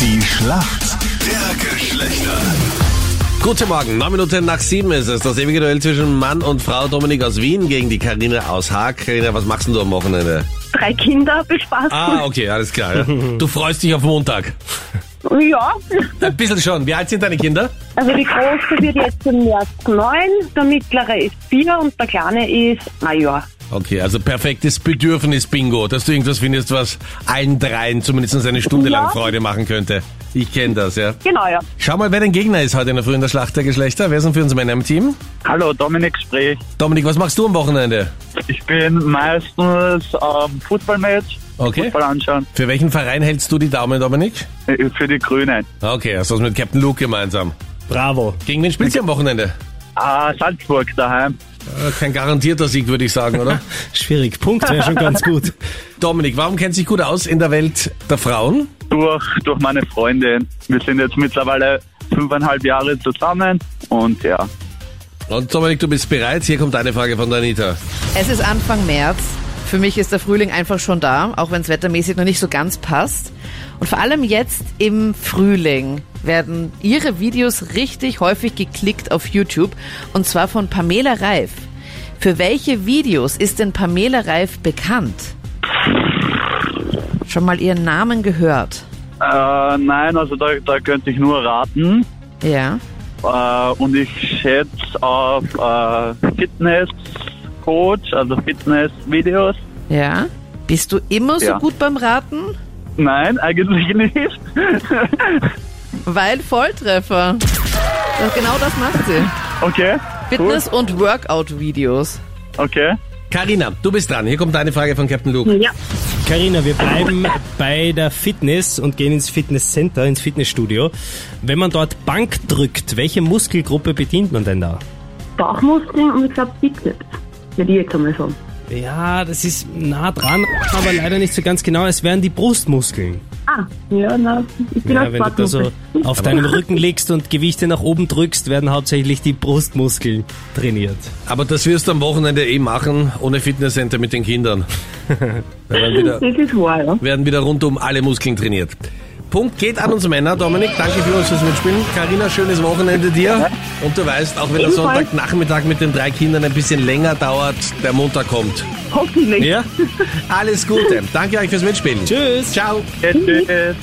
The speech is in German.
Die Schlacht der Geschlechter. Guten Morgen, 9 Minuten nach 7 ist es. Das ewige Duell zwischen Mann und Frau Dominik aus Wien gegen die Karina aus Haag. Karina, was machst denn du am Wochenende? drei Kinder bespaßt. Ah, okay, alles klar. Ja. Du freust dich auf Montag. Ja, Ein bisschen schon. Wie alt sind deine Kinder? also die Große wird jetzt im März neun, der Mittlere ist vier und der Kleine ist ein Jahr. Okay, also perfektes Bedürfnis-Bingo, dass du irgendwas findest, was allen dreien zumindest eine Stunde lang Ja. Freude machen könnte. Ich kenne das, ja. Genau, ja. Schau mal, wer dein Gegner ist heute in der frühen der Schlacht der Geschlechter. Wer sind für uns Männer im Team? Hallo, Dominik Spree. Dominik, was machst du am Wochenende? Ich bin meistens am Fußballmatch, Okay. Fußball anschauen, Für welchen Verein hältst du die Daumen, Dominik? äh, für die Grünen. Okay, hast du was mit Captain Luke gemeinsam. Bravo. Gegen wen spielst du am Wochenende? Ah, Salzburg daheim. Äh, Kein garantierter Sieg, würde ich sagen, oder? Schwierig. Punkt wäre schon ganz gut. Dominik, warum kennt sich gut aus in der Welt der Frauen? Durch, durch meine Freundin. Wir sind jetzt mittlerweile fünfeinhalb Jahre zusammen und ja. Und Dominik, du bist bereit. Hier kommt eine Frage von der Anita. Es ist Anfang März. Für mich ist der Frühling einfach schon da, auch wenn es wettermäßig noch nicht so ganz passt. Und vor allem jetzt im Frühling werden ihre Videos richtig häufig geklickt auf YouTube und zwar von Pamela Reif. Für welche Videos ist denn Pamela Reif bekannt? Schon mal ihren Namen gehört? Äh, nein, also da, da könnte ich nur raten. Ja. Äh, und ich schätze auf äh, Fitness-Coach, also Fitness-Videos. Ja. Bist du immer so Ja. gut beim Raten? Nein, eigentlich nicht. Weil Volltreffer. Doch genau das macht sie. okay, Fitness- und Workout-Videos. okay. Karina, du bist dran. Hier kommt eine Frage von Captain Luke. Ja, Karina, wir bleiben bei der Fitness und gehen ins Fitnesscenter, ins Fitnessstudio. Wenn man dort Bank drückt, welche Muskelgruppe bedient man denn da? Bauchmuskeln und ich glaube Bizeps. Würde ich jetzt einmal sagen. Ja, das ist nah dran, aber leider nicht so ganz genau. Es wären die Brustmuskeln. Ah, ja, na, ich bin Ja, als wenn du da so Sportmuffel. auf deinem Rücken legst und Gewichte nach oben drückst, werden hauptsächlich die Brustmuskeln trainiert. Aber das wirst du am Wochenende eh machen, ohne Fitnesscenter mit den Kindern. Wir werden wieder, Das ist wahr, ja. werden wieder rund um alle Muskeln trainiert. Punkt geht an uns Männer. Dominik, danke für uns fürs Mitspielen. Karina, schönes Wochenende dir. Und du weißt, auch wenn der Ebenfalls. Sonntagnachmittag mit den drei Kindern ein bisschen länger dauert, der Montag kommt. Hoffentlich. Ja? Alles Gute. Danke euch fürs Mitspielen. Tschüss! Ciao. Tschüss.